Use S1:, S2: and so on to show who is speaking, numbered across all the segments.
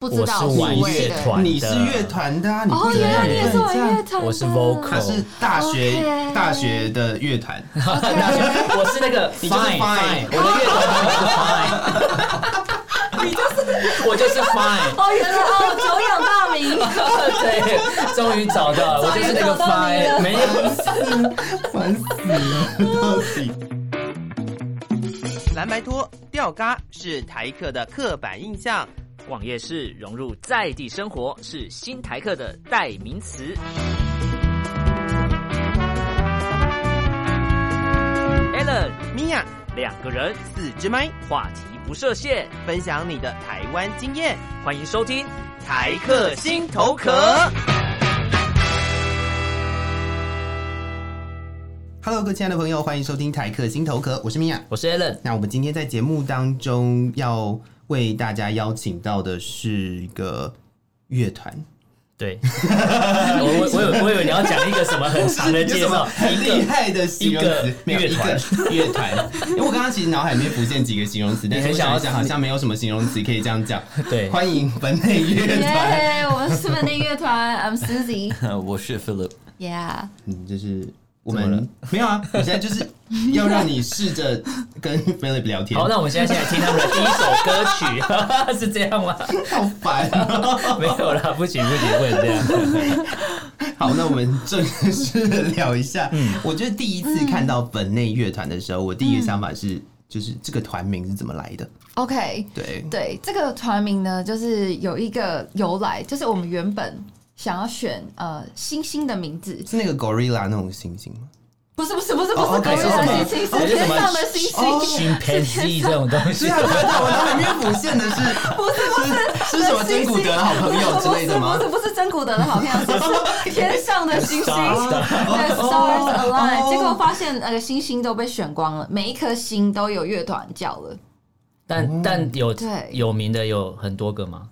S1: 不知
S2: 我
S1: 道
S2: 是玩
S1: 所谓
S2: 乐
S1: 的
S2: 团的，
S3: 你是乐团的、啊，你
S1: 哦，
S3: 不觉得
S1: 原来你也是玩
S3: 很像
S1: 乐团的，
S2: 我是 vocal
S3: 他是大学
S1: OK
S3: 大学的 乐团，
S2: 大学我是那个
S3: 你就是
S2: fine，
S3: fine
S2: 我的乐团就是 fine，你就是我就是 fine，
S4: 哦，原来哦，久仰大名，
S2: 对，终于找到了，我就是那个
S4: 终于找到你了
S2: fine，没有
S3: 烦死了，到底。
S5: 蓝白拖吊嘎是台客的刻板印象。
S6: 网页式融入在地生活是新台客的代名词。Allen
S5: 米娅，
S6: 两个人，
S5: 四支麦，
S6: 话题不设限，
S5: 分享你的台湾经验，
S6: 欢迎收听。
S5: 台客心头壳。
S3: Hello，各位亲爱的朋友，欢迎收听台客心头壳，我是米娅。
S2: 我是 Alan，
S3: 那我们今天在节目当中要为大家邀请到的是一个乐团，
S2: 对， 我我我有我以为你要讲一个什么很长的
S3: 有
S2: 介
S3: 什么
S2: 绍，
S3: 很
S2: 一
S3: 厉
S2: 个
S3: 害的形容词
S2: 一个，
S3: 没有
S2: 乐
S3: 一
S2: 团
S3: 个乐团。因为我刚刚其实脑海里面浮现几个形容词，但是
S2: 很
S3: 我
S2: 想
S3: 想
S2: 要
S3: 一想，好像没有什么形容词可以这样讲。
S2: 对
S3: 欢迎本垒乐团，
S1: 耶！我们是本地乐团，I'm Susie，Yeah。
S7: 我是 Philip，
S3: 嗯，就是我
S2: 怎么
S3: 们
S2: 了
S3: 没有啊，我现在就是要让你试着跟 Philip 聊天。
S2: 好，那我们现在先来听他们的第一首歌曲， 是这样吗？
S3: 好烦啊！
S2: 没有啦，不行不行，不能这样。
S3: 好，那我们正式地聊一下。我觉得第一次看到本内乐团的时候，我第一个想法是，就是这个团名是怎么来的？
S1: OK，
S3: 对，
S1: 对，这个团名呢，就是有一个由来，就是我们原本想要选呃星星的名字，
S3: 是那个 Gorilla 那种星星吗？
S1: 不是不是不是不
S3: 哦
S1: 是
S3: ，OK，
S1: 狗
S3: 是
S1: 日
S3: 什么
S1: 的星星，
S3: 哦
S1: 是
S3: 是什
S1: 天
S3: 么哦
S1: 上的星星，
S3: 嗯
S2: chimpanzee 这种东西
S3: 对，啊，对啊，对啊我脑海里面浮现的是是是什么真古德的好朋友之类的吗
S1: 不？是不是不是真古德的好朋友， 是天上的星星。对，stars align，结
S3: 哦
S1: 果发现那个星星都被选光了，每一颗星都有乐团叫了。
S2: 但但有
S1: 对
S2: 有名的有很多个吗？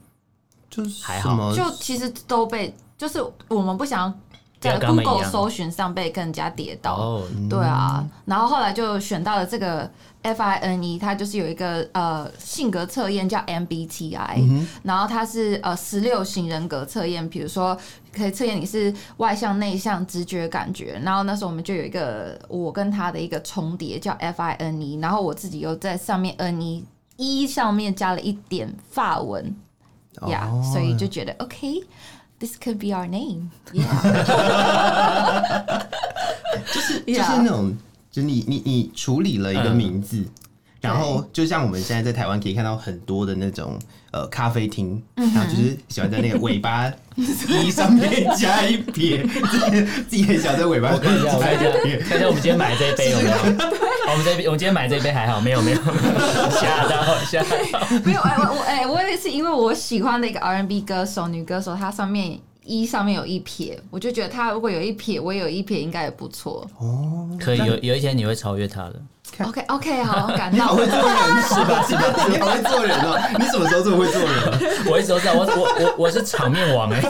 S3: 就是
S2: 还
S3: 什
S2: 好
S3: 么
S1: 就其实都被，就是我们不想
S2: 不要
S1: 在
S2: 跟他们一样
S1: Google 搜寻上被跟人家跌倒。
S2: 哦，
S1: 对啊，然后后来就选到了这个 FINE，它 E，就是有一个呃性格测验叫 MBTI，、然后它是呃十六型人格测验，比如说可以测验你是外向、内向、直觉、感觉。然后那时候我们就有一个我跟他的一个重叠叫 FINE，然后 E，我自己又在上面 NE 一上面加了一点法文呀
S3: 哦
S1: 所以就觉得 OK。This could be our name. Yeah，就是
S3: 就是那种，就是你你你处理了一个名字，然后就像我们现在在台湾可以看到很多的那种呃咖啡厅，然后就是喜欢在那个尾巴一上面加一撇，自己自己很喜欢在尾巴
S2: 我
S3: 上
S2: 看一下，
S3: 加
S2: 我看一
S3: 一
S2: 下，
S3: 撇。
S2: 看一下我们今天买这一杯有
S3: 啊
S2: 没有？我们这一杯我们今天买这一杯还好，没有没有，没有吓到吓到。
S1: 没有，哎、我我哎、我也是因为我喜欢的一个 R&B 歌手，女歌手，她上面一上面有一撇，我就觉得她如果有一撇，我也有一撇，应该也不错。
S3: 哦
S2: 可以有有一天你会超越他的，
S1: OK OK，好，感
S3: 你好
S1: 到
S3: 会做人是吧？是吧？ 你好会做人哦！你什么时候这么会做人啊？
S2: 我一直都知道，我我我我是场面王哎、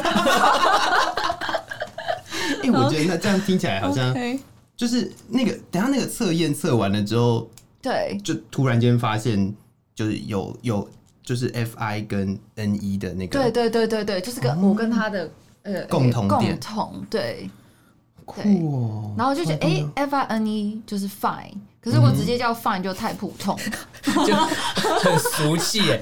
S3: 哎、我觉得那这样听起来好像
S1: OK
S3: 就是那个，等一下那个测验测完了之后，
S1: 对
S3: 就突然间发现，就是有有就是 F I 跟 N E 的那个
S1: 对对对对对，就是跟、我跟她的呃
S3: 嗯共同
S1: 共
S3: 点
S1: 同对，对
S3: 酷哦，
S1: 然后就觉得哎、f I N E 就是 fine，可是我直接
S3: 嗯
S1: 叫 fine 就太普通。
S2: 就很俗气哎、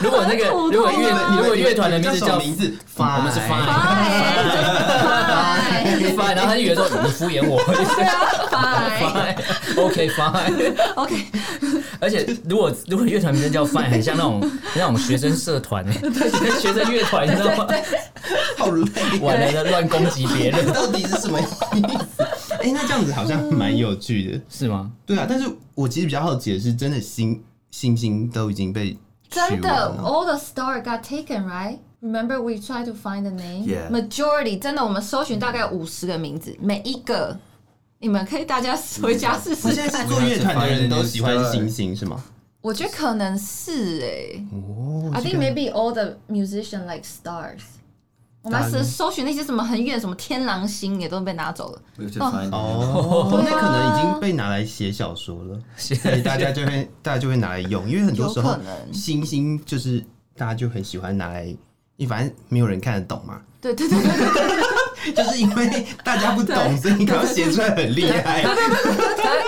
S2: 如如果那个
S1: 啊很普通啊
S2: 如果乐
S3: 你
S2: 如
S3: 们
S2: 果乐团的名字
S3: 你
S2: 叫
S3: 们名字，
S2: 我们是
S3: Fine
S2: fine
S1: fine
S2: fine，然后他就以为说你敷衍我， 就 是
S1: 对啊，fine
S2: fine OK fine。
S1: OK，
S2: 而且如果如果乐团名称叫 Fine，很像那种那种学生社团欸，学生乐团，你知道吗？
S3: 好累，啊
S2: 完了在乱攻击别人，
S3: 到底是什么意思？哎、那这样子好像蛮有趣的，
S2: 是吗？
S3: 对啊。但是我其实比较好奇的是，真的星星星都已经被
S1: 真
S3: 取完
S1: 的
S2: 啊
S3: 了
S1: ，all the star got taken, right? Remember we tried to find the name.
S3: Yeah.
S1: Majority 真的，我们搜寻大概五十个名字，每一个你们可以大家回家
S2: 嗯
S1: 试
S3: 我
S1: 试
S3: 现在
S1: 看
S3: 是。做乐团的人都喜欢星星是吗？
S1: 我觉得可能是哎、
S3: 哦
S1: i think maybe all the musician like stars. 我们是搜寻那些什么很远什么天狼星也都被拿走了。
S7: 我是 Fine。
S3: 哦，
S1: 对
S3: 那
S1: 啊
S3: 可能已经被拿来写小说了，所以大家就会大家就会拿来用，因为很多时
S1: 有
S3: 候
S1: 可能
S3: 星星就是大家就很喜欢拿来，因为反正没有人看得懂 嘛，
S1: 对对对对 对
S3: 就是因为大家不懂，所以你刚刚写出来很厉害。
S2: 他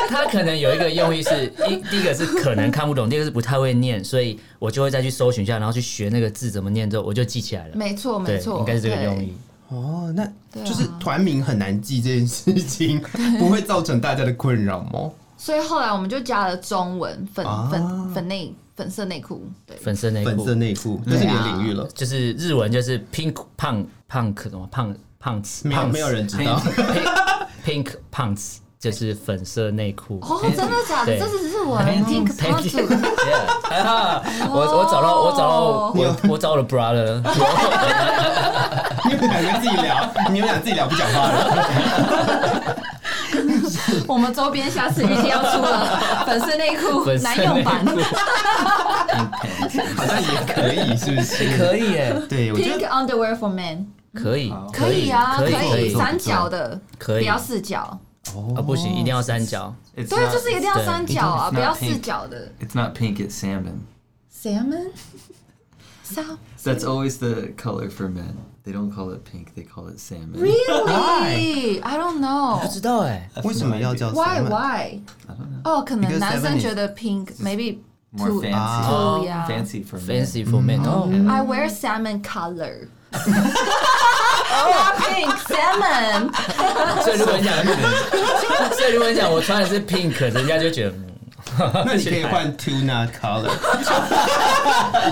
S2: 他可能有一个用意是，一第一个是可能看不懂，第二个是不太会念，所以我就会再去搜寻一下，然后去学那个字怎么念，之后我就记起来了。
S1: 没错没
S2: 对，
S1: 错，
S2: 应该是这个用意。
S3: 哦，那
S1: 对啊啊
S3: 就是团名很难记这件事情，不会造成大家的困扰吗？
S1: 所以后来我们就加了中文粉
S3: 啊
S1: 粉粉内粉色内裤，对，
S2: 粉色内
S3: 粉
S2: 裤
S3: 色内裤，
S1: 啊
S3: 这是你的领域了。
S2: 就是日文就是 pink punk punk 什么胖胖子，
S3: 没有
S2: 胖子
S3: 没有人知道
S2: pink- pink pants 就是粉色内裤。
S1: 哦，真的假的？
S2: 对
S1: 这只是我
S2: Pink
S1: pink
S2: Pink，
S1: pants，
S2: Yeah 啊我我找到我找到我我找到了 brother，
S3: 你们两个自己聊，你们俩自己聊不讲话了。
S1: 我们周边下次预计要出了粉色内裤
S2: 粉色
S1: 男用版
S2: 内裤
S3: 好像也可以，是不是？
S2: 可以耶，
S3: 对，我觉
S1: ，pink
S3: 得
S1: underwear for men，
S2: 可以
S1: 可以啊，
S2: 可以
S1: 可以
S2: 可以
S1: 三角的，
S2: 可
S1: 不
S2: 以
S1: 要四角，
S2: 啊，不行，一定要三角。
S7: It's
S1: 对，
S7: not,
S1: 就是一定要
S2: 对
S1: 三角啊，
S7: It's not
S1: 不要四角的。
S7: it's not pink, it's salmon.
S1: salmon，沙
S7: That's always the color for men. They don't call it pink, they call it salmon.
S1: really，I don't know
S2: 不。知道哎，
S3: 为什么要叫
S1: Why
S3: salmon？
S1: why？哦，可
S3: Because
S1: 能男
S3: seven
S1: 生
S3: is-
S1: 觉得 pink maybe
S7: More
S1: too
S7: fancy.
S1: too
S2: Oh,
S1: yeah。
S7: Fancy for men.
S2: fancy for men 哦，
S1: I wear salmon color。Not
S3: Oh.
S1: pink salmon。
S2: 哦所以如果你讲，所以如果你讲我穿的是 pink，人家就觉得嗯
S3: 那你可以换 tuna color，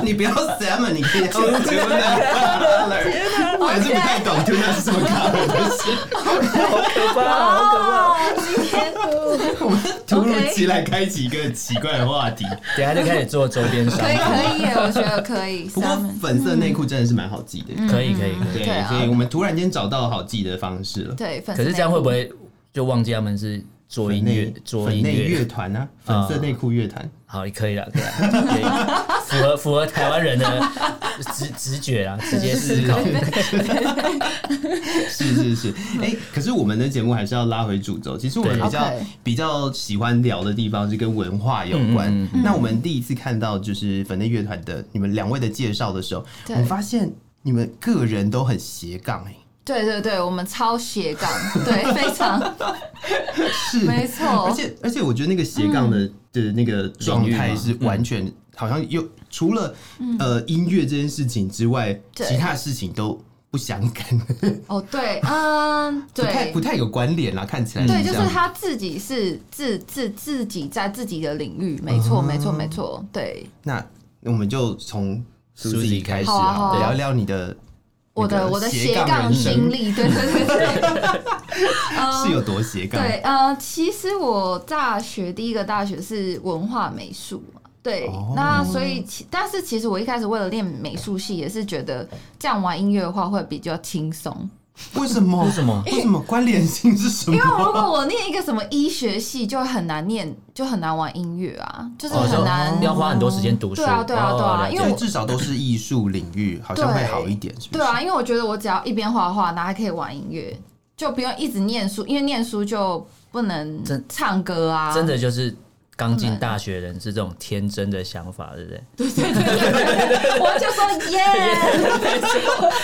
S3: 你不要 salmon，你可以换 tuna color。我还是不太懂 tuna 是什么 color，就是
S2: 可怕，好可
S3: Oh,
S2: 怕。
S1: 今天
S3: 突如其来开启一个奇怪的话题。
S2: 等一下就开始做周边商
S1: 可以
S2: 品，
S1: 可以耶，我觉得可以。
S3: 不过
S1: salmon
S3: 粉色内裤真的是蛮好记的，
S2: 可以可以可以。
S3: 对
S1: 对，啊
S3: 所以我们突然间找到好记的方式了。
S1: 对，粉
S2: 可是
S1: 丝
S2: 这样
S1: 内
S2: 会
S1: 裤
S2: 不会就忘记他们是做音乐
S3: 粉内、
S2: 做
S3: 粉
S2: 音
S3: 内乐
S2: 乐？
S3: 团啊，粉色内裤乐团。
S2: 好，可以了，可以了，可以 符合符合台湾人的 直直觉啊，直接 思考。
S3: 是是是，哎、可是我们的节目还是要拉回主轴。其实我们
S2: 对
S3: 比较
S1: OK
S3: 比较喜欢聊的地方是跟文化有关。
S2: 嗯
S3: 那我们第一次看到就是粉内乐团的你们两位的介绍的时候，
S1: 对
S3: 我发现你们个人都很斜杠哎、
S1: 对对对，我们超斜杠，对，非常
S3: 是
S1: 没错
S3: 而且而且我觉得那个斜杠
S2: 嗯
S3: 的、的那个状态是完全好像又除了、呃音乐这件事情之外，
S1: 嗯对
S3: 其他事情都。不相干，
S1: 哦，对，嗯，
S3: 不太
S1: 对
S3: 不。太有关联啦，看起来
S1: 对，
S3: 这
S1: 就是
S3: 样
S1: 他自己是自自自己在自己的领域，没
S3: 哦
S1: 错，没错，没错，对，
S3: 那我们就从苏西
S2: Suzy
S3: 开始
S1: 好啊好
S3: 好
S1: 啊
S3: 了，聊聊你的
S1: 我
S3: 那
S1: 的
S3: 个
S1: 我的
S3: 斜
S1: 斜
S3: 杠
S1: 杠
S3: 人生
S1: 经历，对对对对， 嗯
S3: 是有多斜杠。
S1: 对，呃，其实我大学第一个大学是文化美术嘛，对，
S3: 哦
S1: 那所以其但是其实我一开始为了练美术系，也是觉得这样玩音乐的话会比较轻松，
S3: 为什么？
S2: 为什么
S3: 为什么关联性是什么？
S1: 因为如果我念一个什么医学系，就很难念，就很难玩音乐啊，就是
S2: 哦，
S1: 很难。
S2: 就要花很多时间读书。
S1: 对啊对啊对啊
S2: 哦了解
S1: 因为
S3: 所以
S1: 我
S3: 至少都是艺术领域，好像会好一点，是不是？
S1: 对啊，因为我觉得我只要一边画画，然后还可以玩音乐，就不用一直念书，因为念书就不能
S2: 真
S1: 唱歌啊。
S2: 真的就是刚进大学人是这种天真的想法，对不对？
S1: 我就说耶，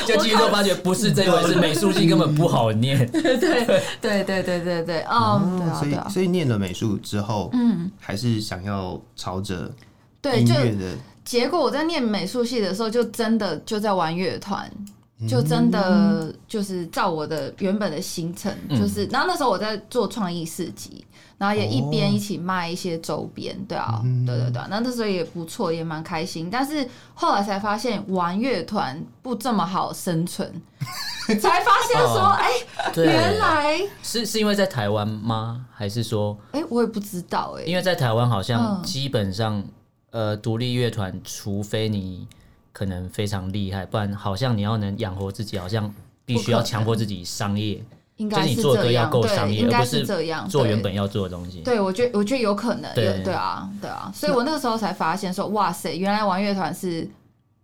S2: 就进去之后发觉不是这回事，美术系根本不好 念。
S1: 对对对对对，嗯，
S3: 嗯
S1: 对啊
S3: 所
S1: 对
S3: 以
S1: 啊，
S3: 所以念了美术之后，嗯，还是想要朝着
S1: 对，
S3: 音
S1: 就
S3: 乐 的
S1: 结果我在念美术系的时候，就真的就在玩乐团。就真的就是照我的原本的行程，
S2: 嗯
S1: 就是，然后那时候我在做创意市集，然后也一边一起卖一些周边，对啊，对对对啊，那那时候也不错，也蛮开心。但是后来才发现玩乐团不这么好生存，才发现说，
S2: 哦
S1: 哎、
S2: 对，
S1: 原来，
S2: 是是因为在台湾吗？还是说，
S1: 哎、我也不知道、哎，
S2: 因为在台湾好像
S1: 嗯
S2: 基本上，呃，独立乐团，除非你可能非常厉害，不然好像你要能养活自己，好像必须要强迫自己商业，
S1: 应
S2: 就是
S1: 该
S2: 你
S1: 是
S2: 做
S1: 这
S2: 歌要
S1: 样，
S2: 够商
S1: 对，
S2: 业，
S1: 应
S2: 而
S1: 该
S2: 不
S1: 是这样，
S2: 做
S1: 啊对
S2: 原本要做的东西。
S1: 对，我觉得我觉得有可能，
S2: 对
S1: 有对啊，对啊，所以我那个时候才发现说，哇塞，原来玩乐团是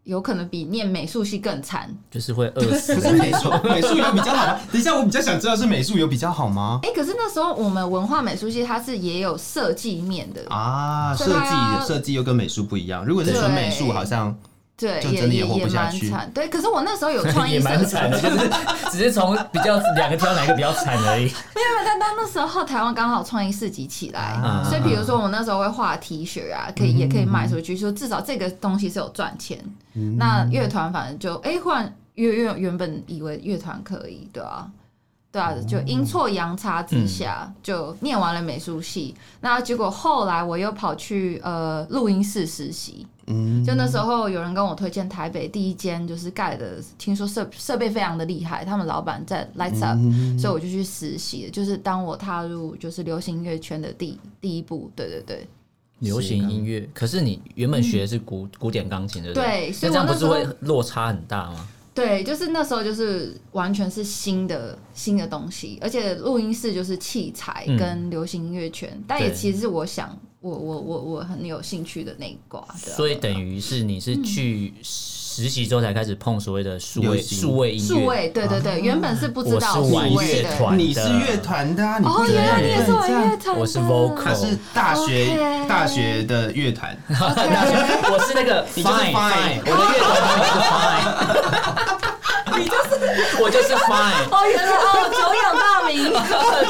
S1: 有可能比念美术系更惨。
S2: 就是会饿死
S3: 可是美术美术有比较好吗？等一下，我比较想知道是美术有比较好吗？
S1: 哎、可是那时候我们文化美术系它是也有设计面的，
S3: 啊，
S1: 所
S3: 设
S1: 以它
S3: 计设计又跟美术不一样。如果是纯美术，
S1: 对
S3: 好像
S1: 对，
S3: 就
S1: 也
S3: 真的也活
S1: 也
S3: 不下
S1: 蛮
S3: 去
S1: 惨。对，可是我那时候有 创意
S2: 也
S1: 设
S2: 蛮
S1: 计，
S2: 惨的，就是只是 从比较两个挑哪个比较惨而已。
S1: 没有，但但那时候台湾刚好创意市集起来，
S2: 啊
S1: 所以比如说我那时候会画 T 恤啊，可以、也可以卖出去，说至少这个东西是有赚钱。那乐团反正就哎，忽然原原原本以为乐团可以，对啊。对啊，就阴错阳差之下、就念完了美术系，那结果后来我又跑去呃录音室实习，
S3: 嗯，
S1: 就那时候有人跟我推荐台北第一间，就是盖的，听说设设备非常的厉害，他们老板在
S2: 嗯
S1: Lights Up，、所以我就去实习了，就是当我踏入就是流行音乐圈的第第一步，对对对
S2: 流行音乐， 可是你原本学的是古古典钢琴，对
S1: 嗯
S2: 不啊
S1: 对所
S2: 那
S1: 以
S2: 这
S1: 我
S2: 样
S1: 那
S2: 不是
S1: 时候
S2: 会落差很大吗？
S1: 对，就是那时候就是完全是新的新的东西，而且录音室就是器材
S2: 嗯
S1: 跟流行音乐圈，但也
S2: 对
S1: 其实是我想我我我我很有兴趣的那一挂，对啊嗯
S2: 所以等于是你是去实习之后才开始碰所谓的数
S3: 流
S2: 位
S3: 行
S2: 数位音乐，
S1: 数位，对对对，原本是不知
S2: 啊我
S1: 道
S2: 是
S1: 数
S2: 玩
S1: 位
S2: 乐
S1: 的。
S2: 团的，
S3: 你是乐团的、啊，你不
S1: 哦，
S3: 知道
S1: 原来你也是玩
S3: 这样
S1: 乐团的，
S2: 我是 vocal
S3: 他是大学
S1: OK
S3: 大学的 乐团，
S2: 我是那个
S3: 你就是
S2: fine
S3: fine
S2: fine，我的乐团名是 fine，你就是我就是
S1: 아,
S2: fine，
S1: 예,
S4: 哦，原来哦，久仰大名。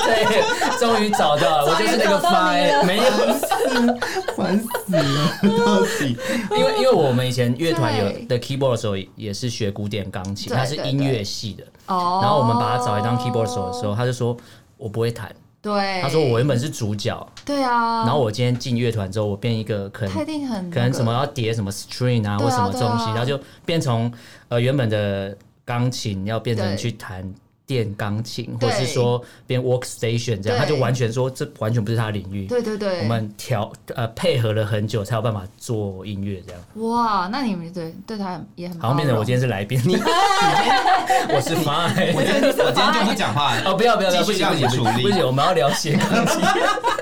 S2: 对，终于找到了，我就是那个
S4: 终于找到你了
S2: fine，没有，
S3: 烦死了，到底
S2: 因为因为我们以前乐团有
S1: 对
S2: 的 keyboard 的时候也是学古典钢琴，
S1: 对
S2: 它是
S1: 对
S2: 音
S1: 对
S2: 乐系的，
S1: 哦
S2: 然后我们把他找来当 keyboard 手的时候，他就说我不会弹，
S1: 对，
S2: 他说我原本是主角，
S1: 对啊，
S2: 然后我今天进乐团之后，我变一个可
S1: 他一
S2: 能
S1: 定很
S2: 可能什么
S1: 那个
S2: 要叠什么 string
S1: 对
S2: 啊
S1: 啊
S2: 或什么东西，
S1: 对啊
S2: 然后就变从呃原本的钢琴要变成
S1: 对
S2: 去弹。电钢琴，或
S1: 对
S2: 者是说变 workstation 这
S1: 对
S2: 样，他就完全说这完全不是他的领域。
S1: 对对对，
S2: 我们调呃配合了很久才有办法做音乐这样。
S1: 哇，那你们对对他也很
S2: 好像变成我今天是 来宾，我是 fine，
S3: 我今天我今天就不讲话了。
S2: 哦，不要不要不要，不
S3: 继续
S2: 行
S3: 让
S2: 不行
S3: 你
S2: 不行
S3: 处理
S1: 嗯
S2: 不行，我们要聊斜杠青年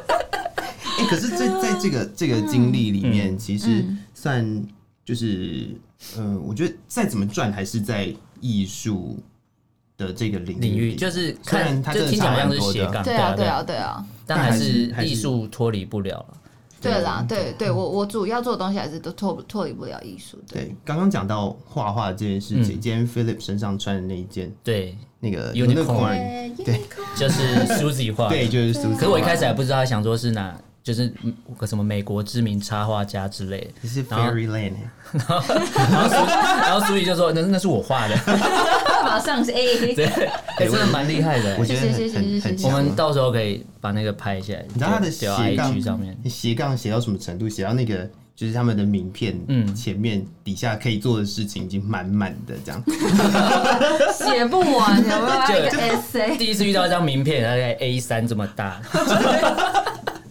S3: 哎、可是这在这个这个经历里面，其实算就是，嗯、我觉得再怎么赚，还是在艺术的这个领域
S2: 领域，
S3: 里
S2: 就是
S3: 嗯虽然
S2: 看
S3: 它
S2: 就
S3: 真的
S2: 听起来
S3: 差
S2: 好像
S3: 蛮
S2: 是
S3: 多
S2: 斜
S3: 的，
S2: 杠，
S1: 对啊
S2: 啊
S1: 对啊，对啊，
S2: 但还是
S3: 但还是
S2: 艺术脱离不了了。
S1: 对啦，对对，我我主要做的东西还是都脱脱离不了艺术，对
S3: 对，刚刚讲到画画这件事情，今
S2: 嗯
S3: 天 Philip 身上穿的那一件
S2: 对，
S3: 那个
S2: Unicorn
S3: unicorn，对
S2: 就是 Suzy 画的。
S3: 对，就是啊苏。
S2: 可是我一开始还不知道，他想说是哪，就是嗯个什么美国知名插画家之类的。
S3: 是
S2: 然后
S3: Fairy Land，
S2: 然后苏，然后苏怡就说：“那那是我画的。
S1: 아,
S4: 马上是 A ”。
S2: 对， 哎真的蛮厉害的
S3: 我。觉得
S1: 谢
S3: 很
S1: 谢
S3: 很
S1: 谢谢
S3: 很
S1: 谢谢
S2: 我
S3: 强
S2: 们
S3: 啊
S2: 到时候可以把那个拍下来，你
S3: 你知道他的斜
S2: 丢到
S3: 杠
S2: IG 上面。
S3: 斜杠斜到什么程度？写到那个就是他们的名片，
S2: 嗯
S3: 前面底下可以做的事情已经满满的这样。
S1: 写不完，有没有还有一个
S2: 就
S1: essay？
S2: 第一次遇到一张名片，大概 A 三这么大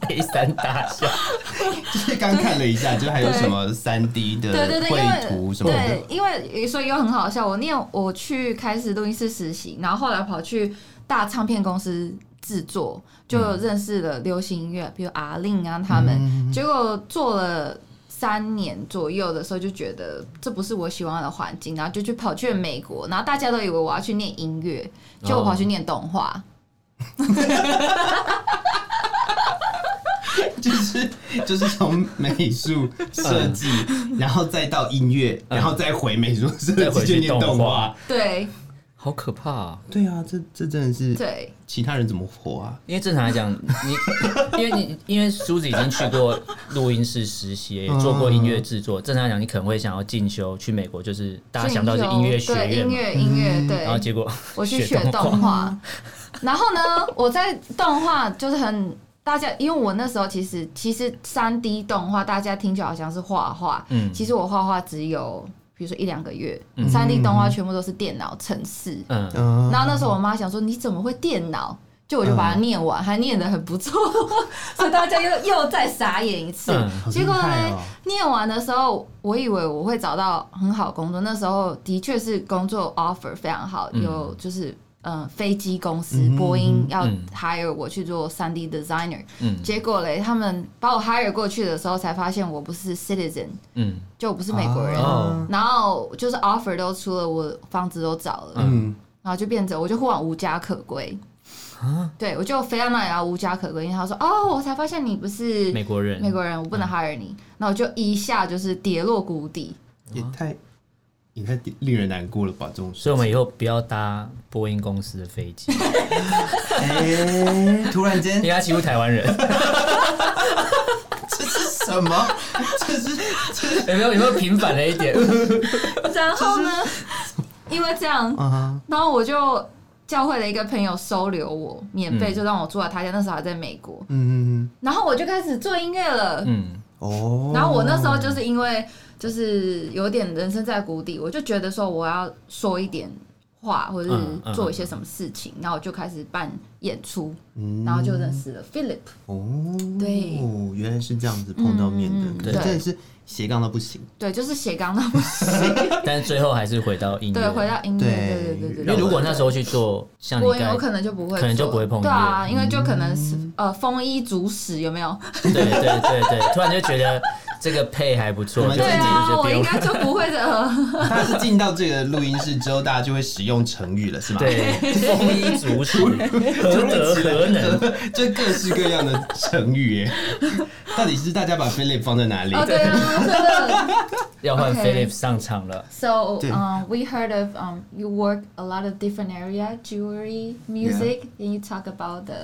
S2: ，A 三大小，
S3: 就是刚看了一下，就还有什么三 D 的
S1: 对对对，因
S3: 绘图
S1: 为
S3: 什么
S1: 对
S3: 的，，
S1: 因为所以又很好笑。我念我去开始录音室实习，然后后来跑去大唱片公司制作，就
S2: 嗯
S1: 认识了流行音乐，比如阿令啊他们。结果做了三年左右的时候，就觉得这不是我喜欢的环境，然后就去跑去了美国，然后大家都以为我要去念音乐，结果我跑
S2: 哦
S1: 去念动画。
S3: 就是 就是从美术设
S2: 嗯
S3: 计，然后再到音乐，然后再回美术设
S2: 再回
S3: 计，就
S2: 去
S3: 念动
S2: 动
S3: 画
S2: 画。
S1: 对
S2: 好可怕啊！
S3: 对啊，这这真的是
S1: 对，
S3: 其他人怎么活啊？
S2: 因为正常来讲，你 因为你因为苏子已经去过录音室实习，也做过音乐制作。正常来讲，你可能会想要进修去美国，就是大家想到是音乐学
S1: 对
S2: 院
S1: 音
S2: 嘛。嗯
S1: 乐音乐对，
S2: 然后结果
S1: 我去
S2: 学
S1: 学
S2: 动
S1: 动画， 然后呢，我在动画就是很大家，因为我那时候其实其实三 D 动画大家听起来好像是画画，
S2: 嗯
S1: 其实我画画只有比如说一两个月，三、D 动画全部都是电脑程式，
S2: 嗯，
S3: 嗯，
S1: 然后那时候我妈想说你怎么会电脑？就我就把它念完，还念得很不错， 所以大家又又再傻眼一次。
S2: 嗯
S3: 好
S1: 结果
S3: 厉害
S1: 呢
S3: 哦，
S1: 念完的时候，我以为我会找到很好工作，那时候的确是工作 offer 非常好，有就是。嗯、飞机公司、波音要
S2: 嗯
S1: hire 我去做3 D designer，、
S2: 嗯
S1: 结果嘞，他们把我 hire 过去的时候，才发现我不是 citizen，
S2: 嗯
S1: 就我不是美国人，
S2: 哦
S1: 然后就是 offer 都出了，我房子都找了，
S3: 嗯，
S1: 然后就变成我就忽然无家可归。
S2: 啊
S1: 对，我就飞到那里，然后无家可归。因为他说：“哦，我才发现你不是
S2: 美国人嗯
S1: 美国人，我不能 hire 你。然后我就一下就是跌落谷底，
S3: 也太也太令人难过了吧？这种事
S2: 所以我们以后不要搭波音公司的飞机，
S3: 哎，突然间
S2: 因为他欺负台湾人。
S3: 这是什么？ 这是
S2: 有没有有没有平反了一点？
S1: 然后呢，因为这 样，
S3: 啊，
S1: 然后我就教会了一个朋友收留我，免费就让我住在他家。那时候还在美国，
S3: 嗯嗯
S1: 然后我就开始做音乐了。
S2: 嗯，
S3: 嗯哦。
S1: 然后我那时候就是因为就是有点人生在谷底，我就觉得说我要说一点话，或者
S2: 嗯
S1: 是
S2: 嗯
S1: 做一些什么事情，然后我就开始办演出，
S3: 嗯
S1: 然后就认识了 Philip。
S3: 哦，
S1: 对
S3: 哦，原来是这样子碰到面
S1: 嗯
S3: 的，
S1: 嗯
S3: 可
S1: 对
S3: 是真的是斜杠到不行。
S1: 对，就是斜杠到不行。
S2: 但最后还是回到音乐。
S1: 对，回到音乐，对对对对
S3: 对
S2: 因
S1: 对。
S2: 为如果那时候去做，像你
S1: 播音
S2: 刚
S1: 我
S2: 才
S1: 可能就不会做，
S2: 可能就不会碰
S1: 对啊，因为就可能是呃丰衣足食，有没 有？
S2: 对对对对，突然就觉得这个配还不错，
S3: 我们
S2: 就
S1: 对
S2: 自己
S1: 啊，
S2: 就
S1: 我
S2: 不
S1: 应
S2: 用。
S1: 该就不会 的。呃
S3: 他是进到这个录音室之后，大家就会使用成语了，是吗？，
S2: 对，丰衣足食，何德何能？
S3: 这各式各样的成语耶。 到底是大家把 Philip 放在哪里？
S1: 哦，对啊，真的。
S2: 要换
S1: OK
S2: Philip 上场了。
S1: So,
S3: 对
S1: um, we heard of um, you work a lot of different area, jewelry, music, and you talk about the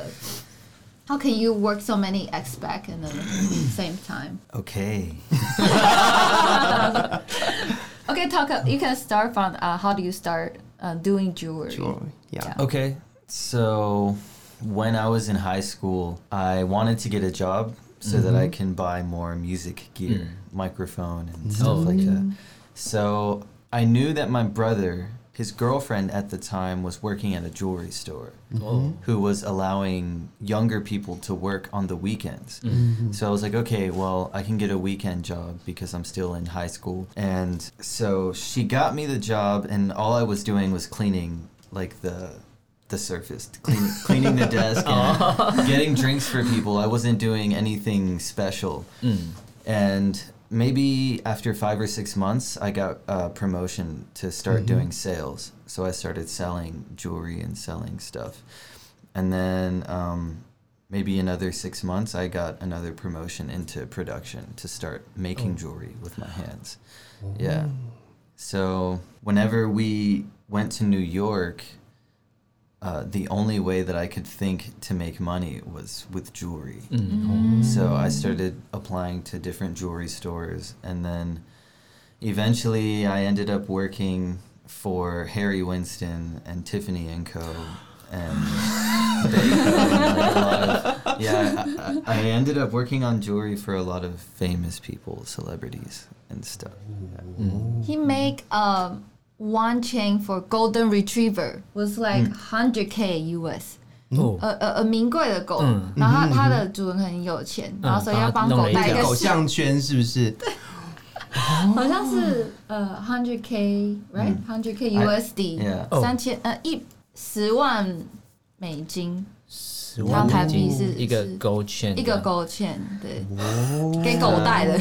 S1: how can you work so many aspects in the same time?
S7: Okay.
S1: Okay, talk. You can start from uh, how do you start uh, doing jewelry?
S3: Sure, yeah.
S7: Okay. So when I was in high school, I wanted to get a job so that I can buy more music gear, microphone, and stuff like that. So I knew that my brother, his girlfriend at the time, was working at a jewelry store
S2: 哦，
S7: who was allowing younger people to work on the weekends. So I was like, okay, well, I can get a weekend job because I'm still in high school. And so she got me the job, and all I was doing was cleaning like the the surface, clean, cleaning the desk, and getting drinks for people. I wasn't doing anything special. And maybe after five or six months, I got a promotion to start doing sales. So I started selling jewelry and selling stuff. And then um, maybe another six months, I got another promotion into production to start making jewelry with my hands. Yeah. So whenever we went to New York, uh, the only way that I could think to make money was with jewelry. So I started applying to different jewelry stores, and then eventually I ended up working for Harry Winston and Tiffany and Co. And they, a lot of, yeah, I, I I ended up working on jewelry for a lot of famous people, celebrities, and stuff.
S1: He make um one chain for golden retriever was
S2: Mm.
S1: like hundred k US。
S2: 哦
S1: 呃呃呃，名贵的狗，然
S3: 嗯
S1: 后它它的主人很有钱，然后所以要帮狗戴一
S2: 对
S1: 个
S3: 狗项圈是 不是？
S1: 好像是
S3: 嗯
S1: 呃 hundred k right hundred k
S7: Yeah.
S1: USD，三千呃一十万美金
S2: 十万
S1: 台
S2: 美
S1: 币
S2: 金
S1: 是
S2: 一个
S1: 是
S2: gold chain，
S1: 一个
S2: 勾。
S1: 勾芡，对，给狗戴的，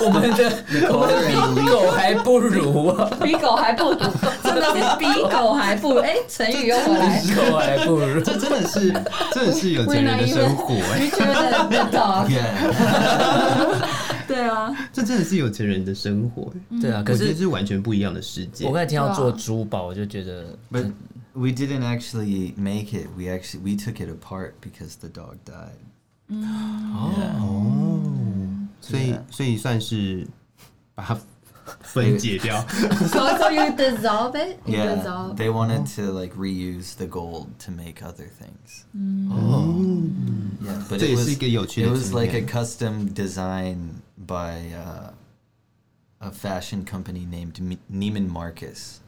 S2: 我们的我们的比 狗还不如啊，
S4: 比狗还不 如，真的是比狗还不如。哎，成语又回来。
S2: 比狗还不如。
S3: 这真的是，真的是有钱人的生活哎、
S4: 你觉得 dog？
S7: Yeah.
S4: 对啊，
S3: 这真的是有钱人的生活哎、
S2: 对啊，可
S3: 我觉得
S2: 是
S3: 这是完全不一样的世界
S2: 我。刚才听到做
S1: 对啊
S2: 珠宝，我就觉得
S7: But we didn't actually make it. We actually we took it apart because the dog died.
S3: 所以，所以算是把它分解 掉。
S1: 所以 so you dissolve it，you
S7: Yeah,
S1: dissolve
S7: they wanted to like reuse the gold to make other things.
S1: Mm.
S7: Yeah, but
S3: Oh. So
S7: it
S3: it's
S7: was
S3: like a 有趣的
S7: it was like
S3: 经
S7: a
S3: 验。
S7: custom design by uh, a fashion company named M- Neiman Marcus.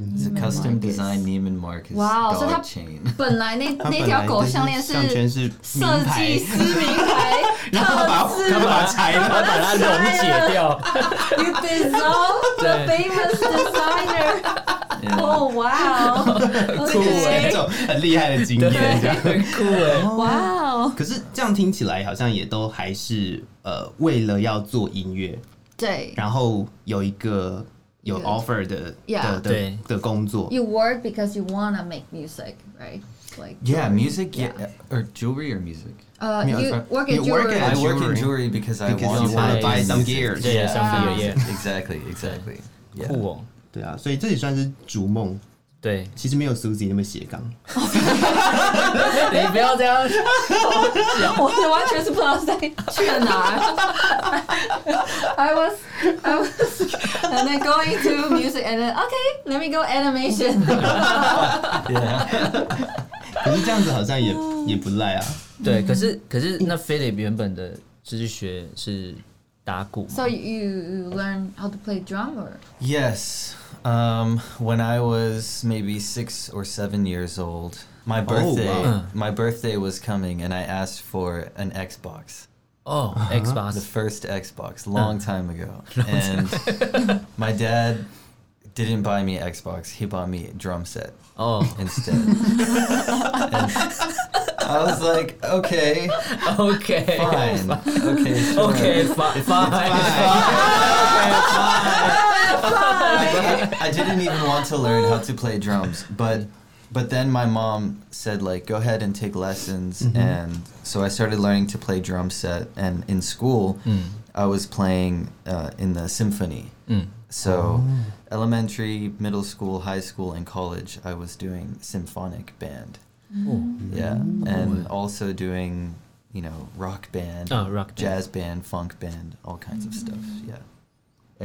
S7: It's a custom design Neiman Marcus
S1: Wow, so
S7: dog
S1: that-
S7: chain.
S1: 本来那
S3: 它
S1: 那
S3: 本
S1: 条
S3: 来
S1: 狗
S3: 的
S1: 项链是
S3: 项圈是名
S1: 设
S3: 牌
S1: 计，师名牌，
S3: 然后他把它他把它拆
S2: 他
S3: 了，
S2: 把它溶解掉，
S4: You dissolve the
S2: 对
S4: famous designer.
S7: Yeah.
S4: Oh wow!
S2: 酷
S3: 是一
S2: 哎，
S3: 种很厉害的经验。这样哦
S2: 很酷哎，
S1: 哇，
S3: 可是这样听起来好像也都还是呃，为了要做音乐，
S1: 对，
S3: 然后有一个有 offer 的
S8: Yeah
S3: 的的
S2: 对
S3: 的工作。
S1: You work because you wanna make music, right? Like
S7: Yeah, music. Yeah.
S1: Yeah.
S7: or jewelry or music.
S1: uh, you work
S3: you
S1: at
S3: work
S1: jewelry.
S3: at-
S7: I
S3: Yeah,
S7: work in
S3: jewelry.
S7: jewelry because I
S3: Because
S7: want
S3: you
S7: to
S3: wanna
S7: make
S3: buy some
S7: music.
S3: gear.
S2: Yeah,
S7: Yeah,
S2: some gear,
S7: 啊
S2: yeah.
S7: exactly, exactly. Yeah.
S2: 酷哦，
S3: 对啊，所以这也算是逐梦。
S2: 对，
S3: 其实没有 Susie 那么斜杠，
S2: 你不要这样，
S1: 我完全是不知 道是在去哪。I was, I was, and then going to music, and then okay, let me go animation.
S7: yeah.
S3: 可是这样子好像也
S1: 哦
S3: 也不赖啊。
S2: 对，可是可是那 Philip 原本的就是学是打鼓嘛，
S1: So you, you learn how to play drum or
S7: Yes. Um, when I was maybe six or seven years old, my birthday,
S3: wow.
S7: my birthday was coming, and I asked for an Xbox.
S2: 哦
S7: the
S2: ，Xbox，
S7: first Xbox, long time ago. And my dad didn't buy me Xbox. He bought me a drum set
S2: 哦
S7: instead. and I was like, okay,
S2: 哦，OK，OK，
S7: fine, okay, sure.
S2: fine fine，
S7: But I didn't even want to learn how to play drums, but but then my mom said like go ahead and take lessons
S2: Mm-hmm.
S7: and so I started learning to play drum set and in school
S2: Mm.
S7: I was playing uh, in the symphony.
S2: Mm. Oh.
S7: So elementary, middle school, high school and college I was doing symphonic band.
S2: Oh.
S7: Yeah,
S2: Mm.
S7: and also doing you know rock band,
S2: Oh, rock band. Mm.
S7: jazz band, funk band, all kinds of stuff. Yeah,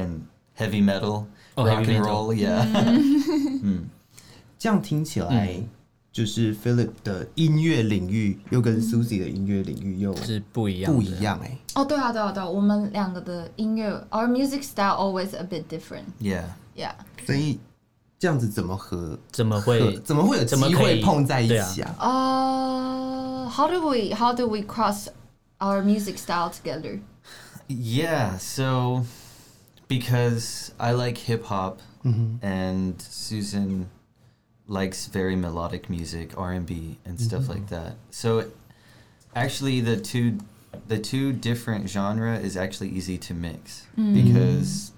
S7: and heavy metal,
S2: Oh,
S7: rock
S2: heavy
S7: and
S2: metal.
S7: roll. Yeah,
S3: 这样听起来，
S2: 嗯
S3: 就是 Philip 的音乐领域又跟 Susie 的音乐领域又
S2: 是不一样的，
S3: 不一样哎、
S1: 哦，对啊，对啊，对啊，我们两个的音乐，our music style always a bit different.
S7: yeah.
S1: Yeah.
S3: 所以这样子怎么和
S2: 怎么
S3: 和
S2: 会
S3: 怎么会有
S2: 怎么
S3: 机
S2: 可
S3: 会
S2: 以
S3: 碰在一
S2: 对
S3: 起啊？
S1: Uh, how do we how do we cross our music style together?
S7: Yeah, so because I like hip hop
S2: Mm-hmm.
S7: and Susan likes very melodic music, R and B and stuff like
S2: Mm-hmm.
S7: that. So it- actually the two the two different genre is actually easy to mix because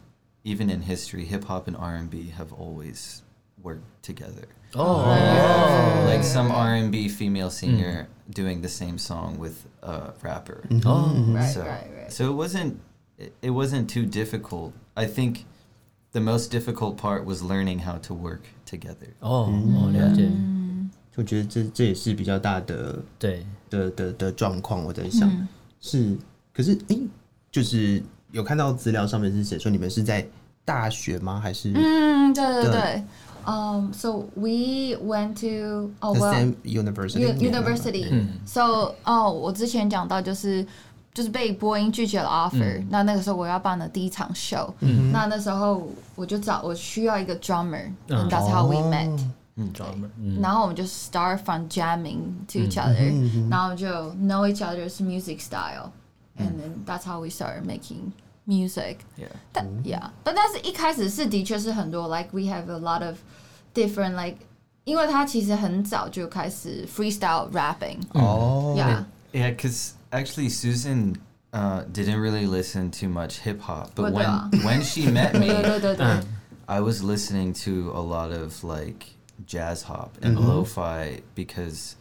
S7: even in history hip hop and R and B have always worked together.
S3: 嗯
S2: 哦，
S1: Oh,
S7: Like some R and B female singer doing the same song with a rapper.
S2: 哦
S1: Right,
S7: Mm-hmm. So,
S1: right, right.
S7: so it wasn't it- it wasn't too difficult. I think the most difficult part was learning how to work together.
S2: 哦，
S3: 嗯
S2: 我了解，
S3: 我觉得这这也是比较大的
S2: 对，
S3: 的的的状况，我在想、
S1: 嗯
S3: 是，可是诶，就是有看到资料上面是写说你们是在大学吗？还是、
S1: 嗯，对对
S3: 对
S1: 对。Um, so we went to oh
S3: the
S1: well
S3: same university？
S1: U-
S3: 你们吗
S1: university. So 哦，我之前讲到就是。就是被波音拒绝了 offer，、那那个时候我要办的第一场 show，、那那时候我就找我需要一个 drummer，and that's how we met、然后我们就 start from jamming to each other，、然后就 know each other's music style，and、then that's how we started making music。
S7: Yeah.
S1: 但 yeah，但但是一开始是的确是很多，like we have a lot of different like，因为他其实很早就开始 freestyle rapping。
S3: 哦，
S1: Yeah，
S7: Yeah, because actually Susan uh, didn't really listen to much hip hop, but
S1: What
S7: when
S1: the-
S7: when she met
S1: 对
S7: me,
S1: 对对对，
S7: I was listening to a lot of like jazz hop and lo-fi because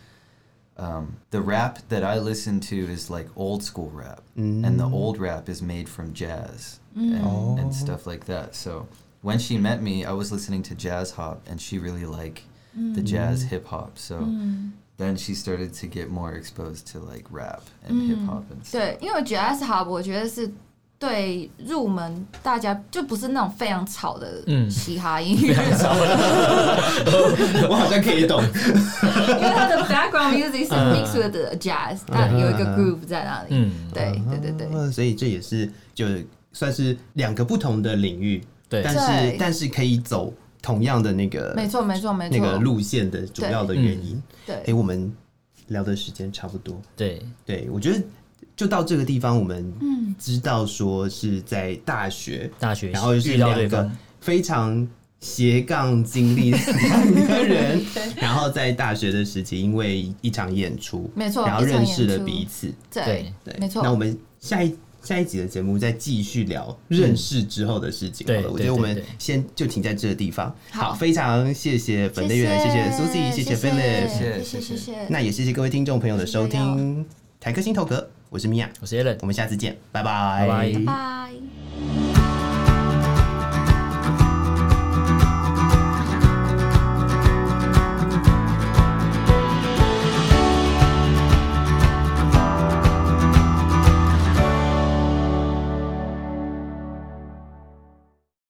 S7: um, the rap that I listen to is like old school rap, and the old rap is made from jazz and, and stuff like that. So when she met me, I was listening to jazz hop, and she really liked the jazz hip hop. So then she started to get more exposed to like rap and hip hop and stuff.
S1: 对，因为 jazz hub 我觉得是对入门大家就不是那种非常吵的嘻哈音乐，
S3: 我好像可以懂，
S1: 因为它的 background music 是 mixed with the jazz，它有一个 groove 在那里。
S2: 嗯
S1: 对对对对。
S3: 嗯所以这也是就算是两个不同的领域，
S2: 对
S3: 但是
S1: 对
S3: 但是可以走同样的那个
S1: 没错，没错，没错。嗯
S3: 那个路哎线的主要的原因。
S1: 对
S3: 诶，我们聊的时间差不多，
S2: 对，
S3: 对我觉得就到这个地方，我们
S1: 嗯
S3: 知道说是在大学，
S2: 大学
S3: 然后是
S2: 遇到
S3: 两
S2: 对
S3: 个
S2: 方，
S3: 非常斜杠经历的两 个人，然后在大学的时期，因为一场演出，
S1: 没错
S3: 然后认
S1: 一场
S3: 识
S1: 演
S3: 了
S1: 出
S3: 彼此，
S1: 对
S2: 对
S3: 对，
S1: 没错
S3: 那我们下一下一集的节目再继续聊认识之后的事情好了。
S2: 嗯对
S3: 我觉得我
S2: 对
S3: 们
S2: 对对
S3: 先就停在这个地方。
S4: 好
S3: 非常谢谢本队员，谢谢 Susie，谢谢 Philip，
S7: 谢
S4: 谢
S7: 谢
S4: 谢
S7: 谢
S4: 谢谢。
S3: 那也谢谢各位听众朋友的收
S4: 谢谢瑶
S3: 听《台客心头壳》，我是米娅，
S2: 我是 Alan，
S3: 我们下次见，拜
S2: 拜拜。
S4: 拜。